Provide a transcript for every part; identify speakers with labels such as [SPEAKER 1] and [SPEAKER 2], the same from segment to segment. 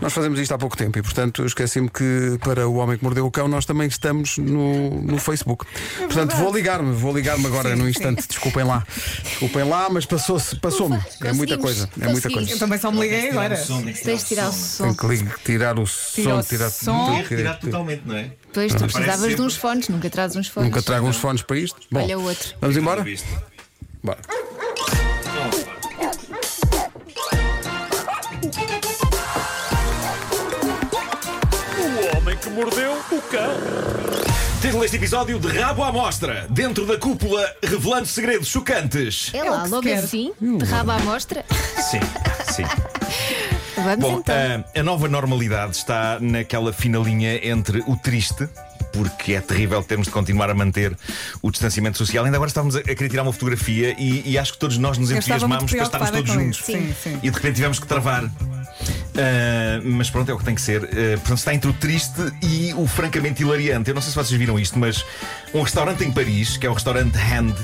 [SPEAKER 1] Nós fazemos isto há pouco tempo e, portanto, esqueci-me que para o Homem que Mordeu o Cão nós também estamos no, no Facebook.
[SPEAKER 2] É
[SPEAKER 1] portanto, vou ligar-me, vou ligar-me agora num instante. Desculpem lá. Desculpem lá, mas passou-se, passou-me. É muita coisa, é muita
[SPEAKER 2] Eu
[SPEAKER 1] coisa.
[SPEAKER 2] também só me liguei agora.
[SPEAKER 3] Tens de tirar o
[SPEAKER 1] Tenho
[SPEAKER 3] som.
[SPEAKER 1] que li- tirar o
[SPEAKER 2] Tira
[SPEAKER 1] som,
[SPEAKER 2] o
[SPEAKER 1] tirar
[SPEAKER 2] som.
[SPEAKER 1] tudo
[SPEAKER 2] Tem
[SPEAKER 1] que-
[SPEAKER 4] Tirar totalmente, não é?
[SPEAKER 3] Pois tu precisavas
[SPEAKER 4] Parece
[SPEAKER 3] de uns fones, nunca trazes uns fones.
[SPEAKER 1] Nunca trago uns fones para isto. Bom,
[SPEAKER 3] Olha o outro.
[SPEAKER 1] vamos embora?
[SPEAKER 4] Visto.
[SPEAKER 1] Bora.
[SPEAKER 5] O homem que mordeu o cão.
[SPEAKER 4] Título deste episódio de Rabo à Mostra. Dentro da cúpula, revelando segredos chocantes.
[SPEAKER 3] É
[SPEAKER 2] É o
[SPEAKER 3] lá,
[SPEAKER 2] que se
[SPEAKER 3] logo
[SPEAKER 2] quer.
[SPEAKER 3] assim, de rabo à mostra.
[SPEAKER 4] Sim, sim.
[SPEAKER 3] Vamos
[SPEAKER 4] Bom, eh, ah,
[SPEAKER 3] então.
[SPEAKER 4] a, a nova normalidade está naquela finalinha entre o triste. Porque é terrível termos de continuar a manter o distanciamento social. Ainda agora estávamos a, a querer tirar uma fotografia e, e acho que todos nós nos
[SPEAKER 2] Eu estava muito
[SPEAKER 4] entusiasmámos para estarmos
[SPEAKER 2] preocupada
[SPEAKER 4] todos
[SPEAKER 2] com
[SPEAKER 4] juntos.
[SPEAKER 2] isso. Sim, sim.
[SPEAKER 4] E de repente tivemos que travar. Ah, mas pronto, é o que tem que ser. Ah, portanto, está entre o triste e o francamente hilariante. Eu não sei se vocês viram isto, mas um restaurante em Paris, que é o restaurante Hand,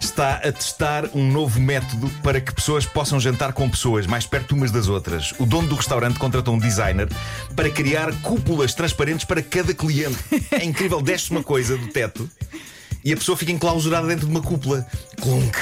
[SPEAKER 4] está a testar um novo método para que pessoas possam jantar com pessoas mais perto umas das outras. O dono do restaurante contratou um designer para criar cúpulas transparentes para cada cliente. É incrível, desce uma coisa do teto e a pessoa fica enclausurada dentro de uma cúpula. Clunk.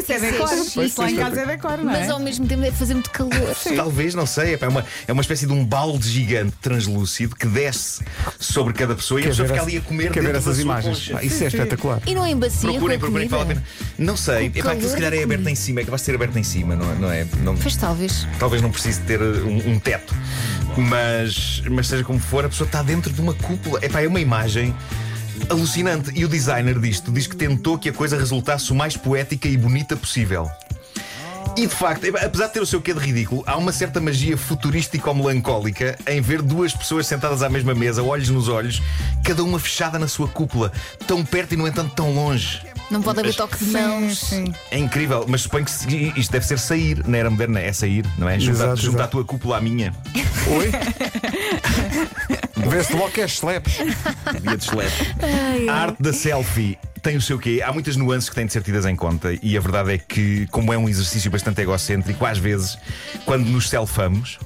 [SPEAKER 2] Isso é decor.
[SPEAKER 3] chique.
[SPEAKER 2] Isso lá em casa é decor, não é?
[SPEAKER 3] Mas ao mesmo tempo deve fazer muito calor.
[SPEAKER 4] Talvez, não sei. É pá, é uma, é uma espécie de um balde gigante translúcido que desce sobre cada pessoa e a
[SPEAKER 1] Quer
[SPEAKER 4] pessoa
[SPEAKER 1] ver,
[SPEAKER 4] fica
[SPEAKER 1] essa-
[SPEAKER 4] ali a comer
[SPEAKER 1] quer
[SPEAKER 4] dentro
[SPEAKER 1] ver
[SPEAKER 4] da
[SPEAKER 1] essas
[SPEAKER 4] sua
[SPEAKER 1] imagens?
[SPEAKER 4] concha.
[SPEAKER 1] Pá, isso é espetacular.
[SPEAKER 3] E não é embacia
[SPEAKER 4] Procurem,
[SPEAKER 3] com a
[SPEAKER 4] procurem, que
[SPEAKER 3] comida?
[SPEAKER 4] vale a pena. Não sei,
[SPEAKER 3] Com
[SPEAKER 4] é pá, aquilo
[SPEAKER 3] calor
[SPEAKER 4] se calhar é
[SPEAKER 3] da
[SPEAKER 4] aberto
[SPEAKER 3] comida.
[SPEAKER 4] em cima, é capaz de ser aberto em cima, não é? Não é não,
[SPEAKER 3] Pois talvez.
[SPEAKER 4] talvez não precise ter um, um teto, mas, mas seja como for, a pessoa está dentro de uma cúpula. É pá, é uma imagem. Alucinante. E o designer disto diz que tentou que a coisa resultasse o mais poética e bonita possível. E de facto, epá, apesar de ter o seu quê de ridículo, há uma certa magia futurística ou melancólica em ver duas pessoas sentadas à mesma mesa, olhos nos olhos, cada uma fechada na sua cúpula, tão perto e, no entanto, tão longe.
[SPEAKER 3] Não pode haver toque de mãos.
[SPEAKER 2] Sim, sim.
[SPEAKER 4] É incrível, mas suponho que se- isto deve ser sair na era moderna, é sair, não é? Juntar,
[SPEAKER 1] Exato,
[SPEAKER 4] juntar
[SPEAKER 1] exato.
[SPEAKER 4] a tua cúpula à minha.
[SPEAKER 1] Oi? Vê-se logo que é slap.
[SPEAKER 4] Via de slap. A arte da selfie tem o seu quê? Há muitas nuances que têm de ser tidas em conta e a verdade é que, como é um exercício bastante egocêntrico, às vezes, quando nos selfamos,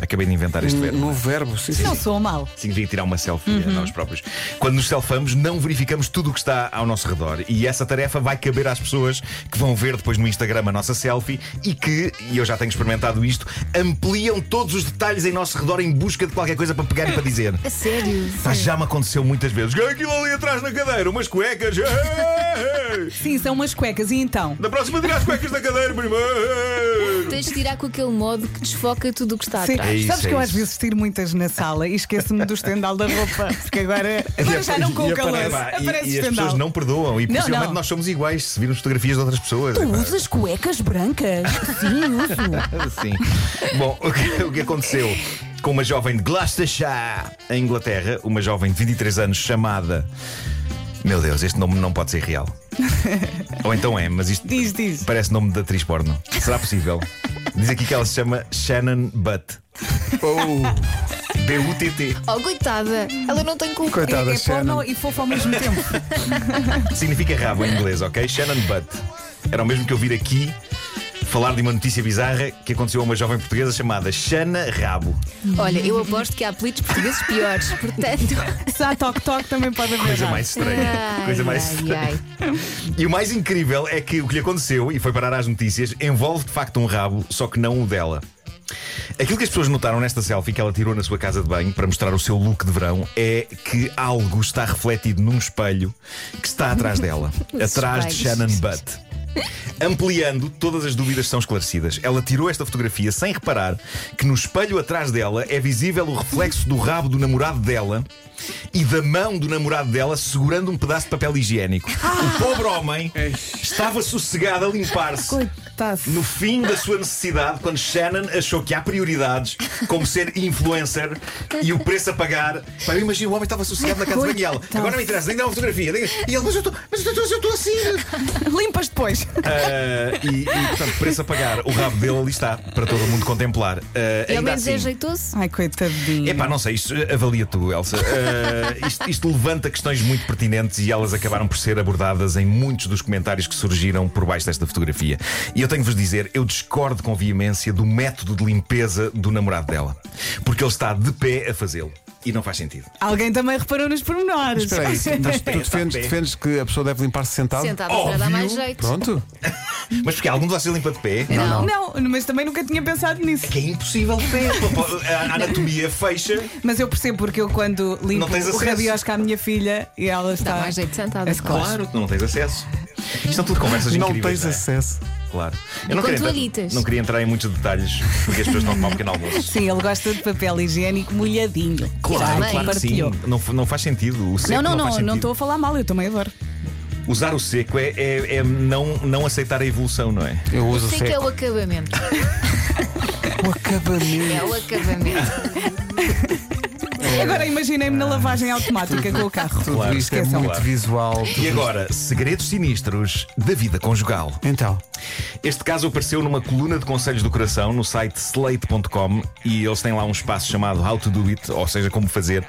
[SPEAKER 4] acabei de inventar este verbo.
[SPEAKER 1] No verbo, sim.
[SPEAKER 2] Não sou mal.
[SPEAKER 4] Significa tirar uma selfie a
[SPEAKER 2] Uhum.
[SPEAKER 4] nós próprios. Quando nos selfamos, não verificamos tudo o que está ao nosso redor. E essa tarefa vai caber às pessoas que vão ver depois no Instagram a nossa selfie e que, e eu já tenho experimentado isto, ampliam todos os detalhes em nosso redor em busca de qualquer coisa para pegar e para dizer.
[SPEAKER 3] A sério.
[SPEAKER 4] Pá, já me aconteceu muitas vezes. Aquilo ali atrás na cadeira, umas cuecas. Ei!
[SPEAKER 2] Sim, são umas cuecas. E então?
[SPEAKER 4] Na próxima, tira as cuecas da cadeira, primeiro.
[SPEAKER 3] Tens de tirar com aquele modo que desfoca tudo o que está
[SPEAKER 2] Sim.
[SPEAKER 3] atrás.
[SPEAKER 4] É isso,
[SPEAKER 2] Sabes
[SPEAKER 4] é
[SPEAKER 2] que eu às
[SPEAKER 4] isso.
[SPEAKER 2] vezes tiro muitas na sala e esqueço-me do estendal da roupa, porque agora, agora já não com
[SPEAKER 1] e
[SPEAKER 2] o calor.
[SPEAKER 1] aparece-
[SPEAKER 4] Epá, e-
[SPEAKER 2] Aparece
[SPEAKER 4] e, as
[SPEAKER 2] estendal.
[SPEAKER 4] pessoas não perdoam. E
[SPEAKER 2] Não,
[SPEAKER 4] possivelmente
[SPEAKER 2] não.
[SPEAKER 4] nós somos iguais se virmos fotografias de outras pessoas. É Epá.
[SPEAKER 6] Usas cuecas brancas? Sim, uso.
[SPEAKER 4] Sim. assim. Bom, o que, o que aconteceu com uma jovem de Gloucestershire, em Inglaterra, uma jovem de 23 anos chamada. Meu Deus, este nome não pode ser real. Ou então é, mas isto
[SPEAKER 2] Diz, diz.
[SPEAKER 4] parece nome de atriz porno. Será possível? Diz aqui que ela se chama Shannon Butt.
[SPEAKER 1] Oh,
[SPEAKER 4] B-U-T-T.
[SPEAKER 3] Oh, coitada, ela não tem culpa.
[SPEAKER 1] coitada,
[SPEAKER 2] É, é
[SPEAKER 1] Shannon.
[SPEAKER 2] porno e fofo ao mesmo tempo.
[SPEAKER 4] Significa rabo em inglês, ok? Shannon Butt. Era o mesmo que eu vir aqui falar de uma notícia bizarra que aconteceu a uma jovem portuguesa chamada Shana Rabo.
[SPEAKER 3] Olha, eu aposto que há apelidos portugueses piores, portanto.
[SPEAKER 2] Se há toque-toque também pode haver.
[SPEAKER 4] Coisa
[SPEAKER 2] não é?
[SPEAKER 4] mais estranha.
[SPEAKER 3] Ai,
[SPEAKER 4] Coisa mais
[SPEAKER 3] ai,
[SPEAKER 4] estranha.
[SPEAKER 3] ai.
[SPEAKER 4] E o mais incrível é que o que lhe aconteceu, e foi parar às notícias, envolve de facto um rabo, só que não o dela. Aquilo que as pessoas notaram nesta selfie que ela tirou na sua casa de banho para mostrar o seu look de verão é que algo está refletido num espelho que está atrás dela,
[SPEAKER 3] Os
[SPEAKER 4] atrás de
[SPEAKER 3] espelhos.
[SPEAKER 4] Shannon Butt. Ampliando, todas as dúvidas são esclarecidas. Ela tirou esta fotografia sem reparar que no espelho atrás dela é visível o reflexo do rabo do namorado dela e da mão do namorado dela segurando um pedaço de papel higiênico. O pobre homem estava sossegado a limpar-se.
[SPEAKER 2] Coitado.
[SPEAKER 4] No fim da sua necessidade, quando Shannon achou que há prioridades, como ser influencer e o preço a pagar, pá, eu imagino o homem estava sossegado na casa de banho e ela.
[SPEAKER 3] tá.
[SPEAKER 2] Coitado.
[SPEAKER 4] Agora não me interessa, nem dá uma fotografia. nem-" E ele, mas eu estou- mas eu estou- eu estou assim.
[SPEAKER 2] Limpas depois.
[SPEAKER 4] Ah, e, e, portanto, preço a pagar. O rabo dele ali está, para todo mundo contemplar. Ah,
[SPEAKER 3] E ao
[SPEAKER 4] ainda
[SPEAKER 3] menos é
[SPEAKER 4] assim.
[SPEAKER 3] ajeitou-se.
[SPEAKER 2] Ai, coitadinho.
[SPEAKER 4] Epá, não sei, isto eh, avalia tu, Elsa. Ah, isto, isto levanta questões muito pertinentes e elas acabaram por ser abordadas em muitos dos comentários que surgiram por baixo desta fotografia. E eu tenho de vos dizer, eu discordo com veemência do método de limpeza do namorado dela. porque ele está de pé a fazê-lo. E não faz sentido.
[SPEAKER 2] Alguém também reparou nos pormenores.
[SPEAKER 1] Espera aí, tu,
[SPEAKER 4] Estás de pé,
[SPEAKER 1] tu
[SPEAKER 4] estás de
[SPEAKER 1] defendes,
[SPEAKER 4] pé.
[SPEAKER 1] defendes que a pessoa deve limpar-se sentado?
[SPEAKER 3] Sentado para dar mais
[SPEAKER 4] Óbvio.
[SPEAKER 3] jeito.
[SPEAKER 1] Pronto.
[SPEAKER 4] Mas porque algum de vocês limpa de pé?
[SPEAKER 3] Não.
[SPEAKER 2] Não, mas também nunca tinha pensado nisso.
[SPEAKER 4] Que é impossível de pé. A anatomia fecha.
[SPEAKER 2] Mas eu percebo porque eu quando limpo
[SPEAKER 4] Não tens
[SPEAKER 2] o
[SPEAKER 4] acesso.
[SPEAKER 2] rabiosca à minha filha e ela está.
[SPEAKER 3] Dá Tá mais jeito sentado.
[SPEAKER 2] É claro.
[SPEAKER 4] Claro que não tens acesso. Isto são tudo conversas
[SPEAKER 1] Não
[SPEAKER 4] incríveis.
[SPEAKER 1] tens
[SPEAKER 4] não é?
[SPEAKER 1] acesso.
[SPEAKER 4] Claro.
[SPEAKER 3] E
[SPEAKER 4] Eu não
[SPEAKER 3] com
[SPEAKER 4] queria, entrar,
[SPEAKER 3] toalhitas.
[SPEAKER 4] não queria entrar em muitos detalhes porque as pessoas estão a tomar um pequeno almoço.
[SPEAKER 2] Sim, ele gosta de papel higiênico molhadinho.
[SPEAKER 3] Claro,
[SPEAKER 2] Já aqui
[SPEAKER 3] claro que
[SPEAKER 2] partilhou.
[SPEAKER 4] Não, fa- não faz sentido. O seco
[SPEAKER 2] Não,
[SPEAKER 4] é não,
[SPEAKER 2] não,
[SPEAKER 4] faz
[SPEAKER 2] não, não
[SPEAKER 4] sentido.
[SPEAKER 2] estou a falar mal, eu também adoro.
[SPEAKER 4] Usar o seco é, é, é não, não aceitar a evolução, não é?
[SPEAKER 1] Eu uso
[SPEAKER 3] O seco é o acabamento.
[SPEAKER 1] O acabamento.
[SPEAKER 3] É o acabamento.
[SPEAKER 4] É.
[SPEAKER 2] Agora imaginei-me na lavagem automática com o carro.
[SPEAKER 1] Tudo
[SPEAKER 4] Claro,
[SPEAKER 1] isto é
[SPEAKER 2] esqueçam.
[SPEAKER 1] muito
[SPEAKER 4] Claro.
[SPEAKER 1] visual.
[SPEAKER 4] E agora, segredos sinistros da vida conjugal.
[SPEAKER 1] Então,
[SPEAKER 4] Este caso apareceu numa coluna de conselhos do coração no site slate.com e eles têm lá um espaço chamado How to Do It, ou seja, como fazer.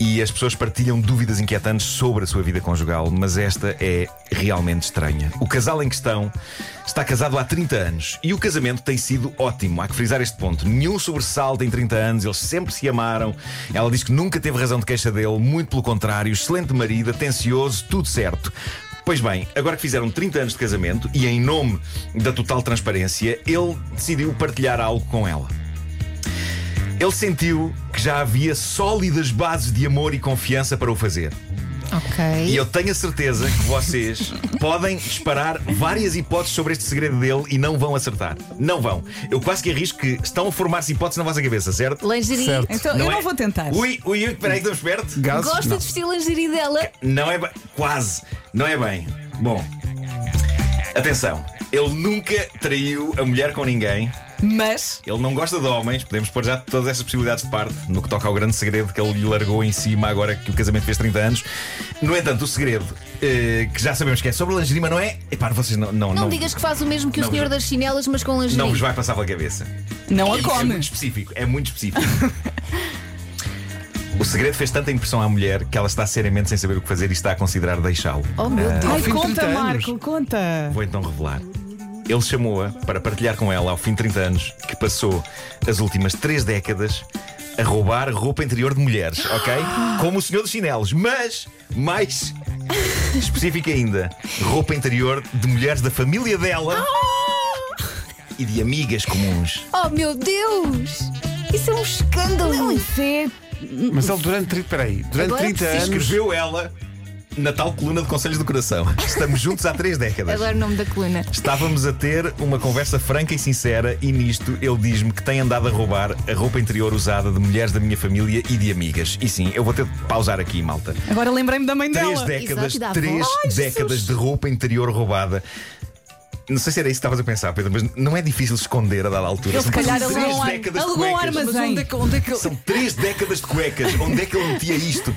[SPEAKER 4] E as pessoas partilham dúvidas inquietantes sobre a sua vida conjugal, mas esta é realmente estranha. O casal em questão está casado há 30 anos e o casamento tem sido ótimo. Há que frisar este ponto. Nenhum sobressalto em 30 anos, eles sempre se amaram. Ela diz que nunca teve razão de queixa dele, muito pelo contrário, excelente marido, atencioso, tudo certo. Pois bem, agora que fizeram 30 anos de casamento e em nome da total transparência, ele decidiu partilhar algo com ela. Ele sentiu que já havia sólidas bases de amor e confiança para o fazer. E
[SPEAKER 3] Ok.
[SPEAKER 4] eu tenho a certeza que vocês podem disparar várias hipóteses sobre este segredo dele e não vão acertar. Não vão. Eu quase que arrisco que estão a formar-se hipóteses na vossa cabeça, certo?
[SPEAKER 3] Lingerie.
[SPEAKER 1] Certo.
[SPEAKER 2] Então eu não
[SPEAKER 4] é-
[SPEAKER 2] vou tentar.
[SPEAKER 4] Ui, ui, ui, peraí, estamos perto.
[SPEAKER 1] gases.
[SPEAKER 3] Gosta
[SPEAKER 1] não.
[SPEAKER 3] de vestir lingerie dela.
[SPEAKER 4] Não é bem. Quase. Não é bem. Bom. Atenção. Ele nunca traiu a mulher com ninguém.
[SPEAKER 2] Mas
[SPEAKER 4] Ele não gosta de homens. Podemos pôr já todas essas possibilidades de parte no que toca ao grande segredo que ele lhe largou em cima agora que o casamento fez 30 anos. No entanto, o segredo, eh, que já sabemos que é sobre lingerie, mas não é. Epá, vocês não. Não,
[SPEAKER 3] Não,
[SPEAKER 4] não,
[SPEAKER 3] digas que faz o mesmo que o
[SPEAKER 4] Não,
[SPEAKER 3] senhor
[SPEAKER 4] já-
[SPEAKER 3] das chinelas, mas com lingerie.
[SPEAKER 4] não vos vai passar pela cabeça.
[SPEAKER 2] não a
[SPEAKER 4] Isso É muito
[SPEAKER 2] comes.
[SPEAKER 4] específico, é muito específico. O segredo fez tanta impressão à mulher que ela está seriamente sem saber o que fazer e está a considerar deixá-lo.
[SPEAKER 3] Oh meu Deus.
[SPEAKER 2] Ai,
[SPEAKER 1] fim de 30
[SPEAKER 2] conta,
[SPEAKER 1] anos.
[SPEAKER 2] Marco, conta.
[SPEAKER 4] Vou então revelar. Ele chamou-a para partilhar com ela, ao fim de 30 anos, que passou as últimas três décadas a roubar roupa interior de mulheres, ok? Como o senhor dos chinelos, mas mais específica ainda, roupa interior de mulheres da família dela e de amigas comuns.
[SPEAKER 3] Oh meu Deus. Isso é um escândalo.
[SPEAKER 1] Mas ele durante, tri- peraí, durante
[SPEAKER 3] Agora
[SPEAKER 1] 30 anos.
[SPEAKER 4] Escreveu ela na tal coluna de Conselhos do Coração. Estamos juntos há três décadas.
[SPEAKER 3] Adoro o nome da coluna.
[SPEAKER 4] Estávamos a ter uma conversa franca e sincera, e nisto ele diz-me que tem andado a roubar a roupa interior usada de mulheres da minha família e de amigas. E sim, eu vou ter de pausar aqui, malta.
[SPEAKER 2] Agora lembrei-me da mãe
[SPEAKER 4] Três
[SPEAKER 2] dela.
[SPEAKER 4] décadas,
[SPEAKER 3] Exato, e da avó.
[SPEAKER 4] três
[SPEAKER 3] Ai,
[SPEAKER 4] décadas de roupa interior roubada. Não sei se era isso que estavas a pensar, Pedro, mas não é difícil esconder a dada altura.
[SPEAKER 2] Ele se
[SPEAKER 4] São
[SPEAKER 2] calhar
[SPEAKER 4] três
[SPEAKER 2] alugou um,
[SPEAKER 4] décadas de
[SPEAKER 2] ar- alugou um
[SPEAKER 4] cuecas.
[SPEAKER 2] armazém.
[SPEAKER 4] São três décadas de cuecas. Onde é que ele metia isto?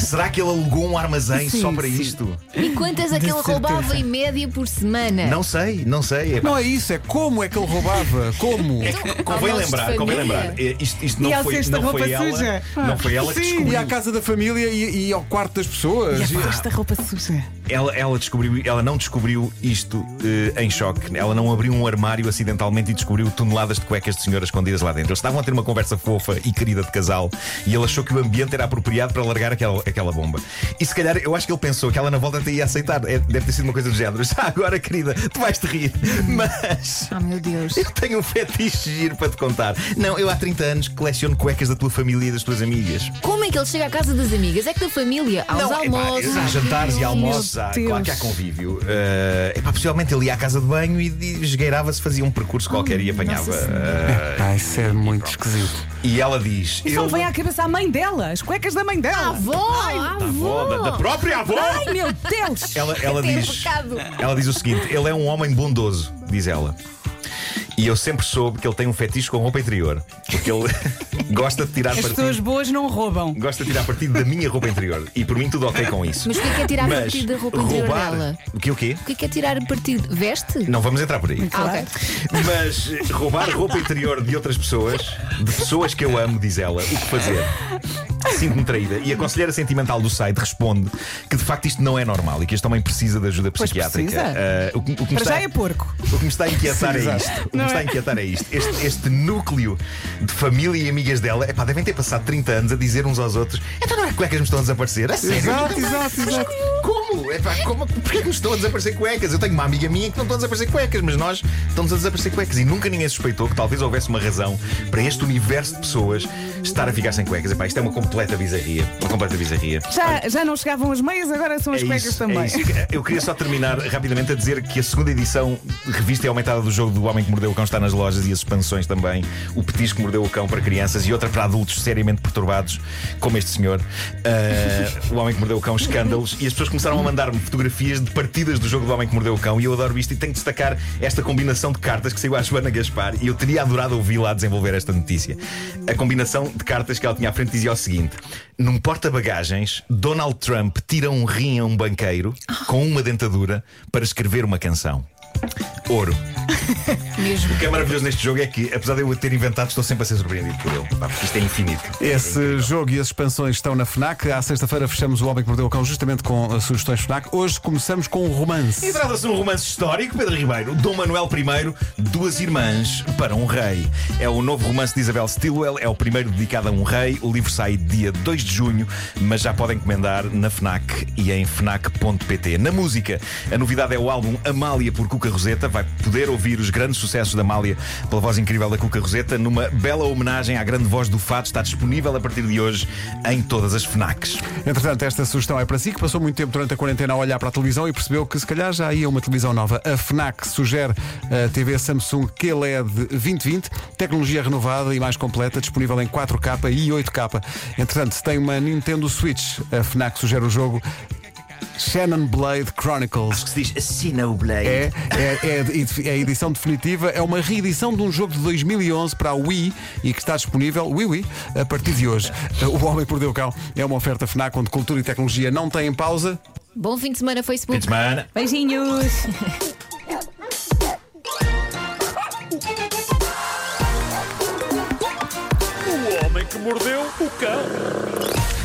[SPEAKER 4] Será que ele alugou um armazém
[SPEAKER 2] Sim,
[SPEAKER 4] só para
[SPEAKER 2] sim.
[SPEAKER 4] isto?
[SPEAKER 3] E quantas é que ele roubava em média por semana?
[SPEAKER 2] É.
[SPEAKER 4] Não sei, não sei. É pá,
[SPEAKER 1] Não é isso, é como é que ele roubava. Como?
[SPEAKER 4] É que convém
[SPEAKER 3] Almoços de
[SPEAKER 4] lembrar, convém
[SPEAKER 3] família.
[SPEAKER 4] lembrar. Eh, Isto, isto
[SPEAKER 2] E
[SPEAKER 4] não,
[SPEAKER 2] à
[SPEAKER 4] foi,
[SPEAKER 2] sexta
[SPEAKER 4] não foi
[SPEAKER 2] roupa
[SPEAKER 4] ela,
[SPEAKER 2] suja.
[SPEAKER 4] não foi ela que
[SPEAKER 2] Sim.
[SPEAKER 1] E à
[SPEAKER 4] descobriu.
[SPEAKER 1] casa da família e, e ao quarto das pessoas.
[SPEAKER 2] E é esta roupa suja.
[SPEAKER 4] Ela, ela descobriu, ela não descobriu isto eh, em choque. Ela não abriu um armário acidentalmente e descobriu toneladas de cuecas de senhoras escondidas lá dentro. Eles estavam a ter uma conversa fofa e querida de casal e ele achou que o ambiente era apropriado para largar aquela, aquela bomba. E se calhar eu acho que ele pensou que ela na volta até ia aceitar. É, deve ter sido uma coisa do género. Já agora, querida, tu vais te rir. Mas.
[SPEAKER 3] Oh meu Deus.
[SPEAKER 4] Eu tenho um fetiche giro para te contar. Não, eu há 30 anos coleciono cuecas da tua família e das tuas amigas.
[SPEAKER 3] Como é que ele chega à casa das amigas? É que da família, aos
[SPEAKER 4] Não, epá, eh,
[SPEAKER 3] almoços.
[SPEAKER 4] há jantares e almoços, há,
[SPEAKER 2] Deus.
[SPEAKER 4] claro que há convívio. Eh, epá, possivelmente ele ia à casa de banho e, e esgueirava-se, fazia um percurso qualquer e apanhava. eh,
[SPEAKER 1] Ah, isso é muito esquisito.
[SPEAKER 4] e ela diz.
[SPEAKER 3] é
[SPEAKER 2] E só
[SPEAKER 3] um
[SPEAKER 2] me
[SPEAKER 4] ele-
[SPEAKER 2] vem à cabeça a mãe dela, as cuecas da mãe
[SPEAKER 3] A
[SPEAKER 4] Ah,
[SPEAKER 2] dela.
[SPEAKER 3] avó, a
[SPEAKER 4] da avó, da, da
[SPEAKER 3] avó.
[SPEAKER 4] própria avó!
[SPEAKER 2] Ai meu Deus!
[SPEAKER 4] Ela, ela
[SPEAKER 3] Tem
[SPEAKER 4] diz.
[SPEAKER 3] pecado.
[SPEAKER 4] Ela diz o seguinte: ele é um homem bondoso, diz ela. E eu sempre soube que ele tem um fetiche com roupa interior. Porque ele gosta de tirar
[SPEAKER 2] As
[SPEAKER 4] partido.
[SPEAKER 2] pessoas boas não roubam.
[SPEAKER 4] Gosta de tirar partido da minha roupa interior. E por mim tudo ok com isso.
[SPEAKER 3] Mas o que é que é tirar
[SPEAKER 4] Mas
[SPEAKER 3] partido da roupa interior
[SPEAKER 4] roubar.
[SPEAKER 3] dela?
[SPEAKER 4] O que o quê?
[SPEAKER 3] O que é que é tirar partido? Veste?
[SPEAKER 4] Não vamos entrar por aí.
[SPEAKER 3] Ah, ok.
[SPEAKER 4] Mas eh, roubar roupa interior de outras pessoas, de pessoas que eu amo, diz ela, o que fazer? sinto-me traída. E a conselheira sentimental do site responde que de facto isto não é normal e que este homem precisa de ajuda
[SPEAKER 2] Pois
[SPEAKER 4] psiquiátrica.
[SPEAKER 2] precisa.
[SPEAKER 4] Ah, o que, o que me
[SPEAKER 2] Para
[SPEAKER 4] está-
[SPEAKER 2] já é porco.
[SPEAKER 4] o que me está a inquietar
[SPEAKER 1] Sim,
[SPEAKER 4] é
[SPEAKER 1] exato.
[SPEAKER 4] isto. O que me está a inquietar é isto. Este, este núcleo de família e amigas dela, epá, devem ter passado 30 anos a dizer uns aos outros: então não é que cuecas me estão a desaparecer? A sério?
[SPEAKER 1] Exato, exato,
[SPEAKER 4] Mas
[SPEAKER 1] exato.
[SPEAKER 4] como? Epá, como? Porquê que me estão a desaparecer cuecas? Eu tenho uma amiga minha que não estão a desaparecer cuecas, mas nós estamos a desaparecer cuecas. E nunca ninguém suspeitou que talvez houvesse uma razão para este universo de pessoas estar a ficar sem cuecas. Epá, isto é uma completa bizarria. Uma completa bizarria.
[SPEAKER 2] Já, já não chegavam as meias, agora são as
[SPEAKER 4] É
[SPEAKER 2] cuecas
[SPEAKER 4] isso,
[SPEAKER 2] também.
[SPEAKER 4] é isso. Eu queria só terminar rapidamente a dizer que a segunda edição de revista e aumentada do jogo do Homem que Mordeu o Cão está nas lojas e as expansões também. O petisco que mordeu o cão para crianças e outra para adultos seriamente perturbados, como este senhor. Ah, o Homem que Mordeu o Cão, escândalos. E as pessoas começaram a mandar-me fotografias de partidas do jogo do Homem que Mordeu o Cão. E eu adoro isto e tenho que destacar esta combinação de cartas que saiu à Joana Gaspar. E eu teria adorado ouvi-la a desenvolver esta notícia. A combinação de cartas que ela tinha à frente dizia o seguinte: num porta-bagagens, Donald Trump tira um rim a um banqueiro com uma dentadura para escrever uma canção. Ouro.
[SPEAKER 3] Mesmo.
[SPEAKER 4] O que é maravilhoso neste jogo é que, apesar de eu o ter inventado, estou sempre a ser surpreendido por ele. Pá, porque isto é infinito.
[SPEAKER 1] Esse jogo e as expansões estão na FNAC. À sexta-feira fechamos o Homem que Mordeu o Cão justamente com as sugestões FNAC. Hoje começamos com um
[SPEAKER 4] E
[SPEAKER 1] romance.
[SPEAKER 4] trata-se de um romance histórico, Pedro Ribeiro. Dom Manuel I, duas irmãs para um rei. É o novo romance de Isabel Stilwell, é o primeiro dedicado a um rei. O livro sai dia 2 de junho, mas já podem encomendar na FNAC e em FNAC.pt. Na música, a novidade é o álbum Amália por Cuca Roseta. Vai poder ouvir os grandes sucessos da Amália pela voz incrível da Cuca Roseta numa bela homenagem à grande voz do Fado. Está disponível a partir de hoje em todas as FNACs.
[SPEAKER 1] Entretanto, esta sugestão é para si, que passou muito tempo durante a quarentena a olhar para a televisão e percebeu que se calhar já ia uma televisão nova. A FNAC sugere a TV Samsung QLED 2020, tecnologia renovada e mais completa, disponível em 4K e 8K. Entretanto, se tem uma Nintendo Switch, a FNAC sugere o jogo Shannon Blade Chronicles.
[SPEAKER 4] Que se diz Snowblade.
[SPEAKER 1] É, é, é, de- é a edição definitiva, é uma reedição de um jogo de 2011 para a Wii e que está disponível, Wii Wii, a partir de hoje. O Homem que Mordeu o Cão é uma oferta FNAC onde cultura e tecnologia não têm pausa.
[SPEAKER 3] Bom fim de semana,
[SPEAKER 4] Fim
[SPEAKER 3] Facebook.
[SPEAKER 4] de semana.
[SPEAKER 6] Beijinhos.
[SPEAKER 5] O homem que mordeu o cão.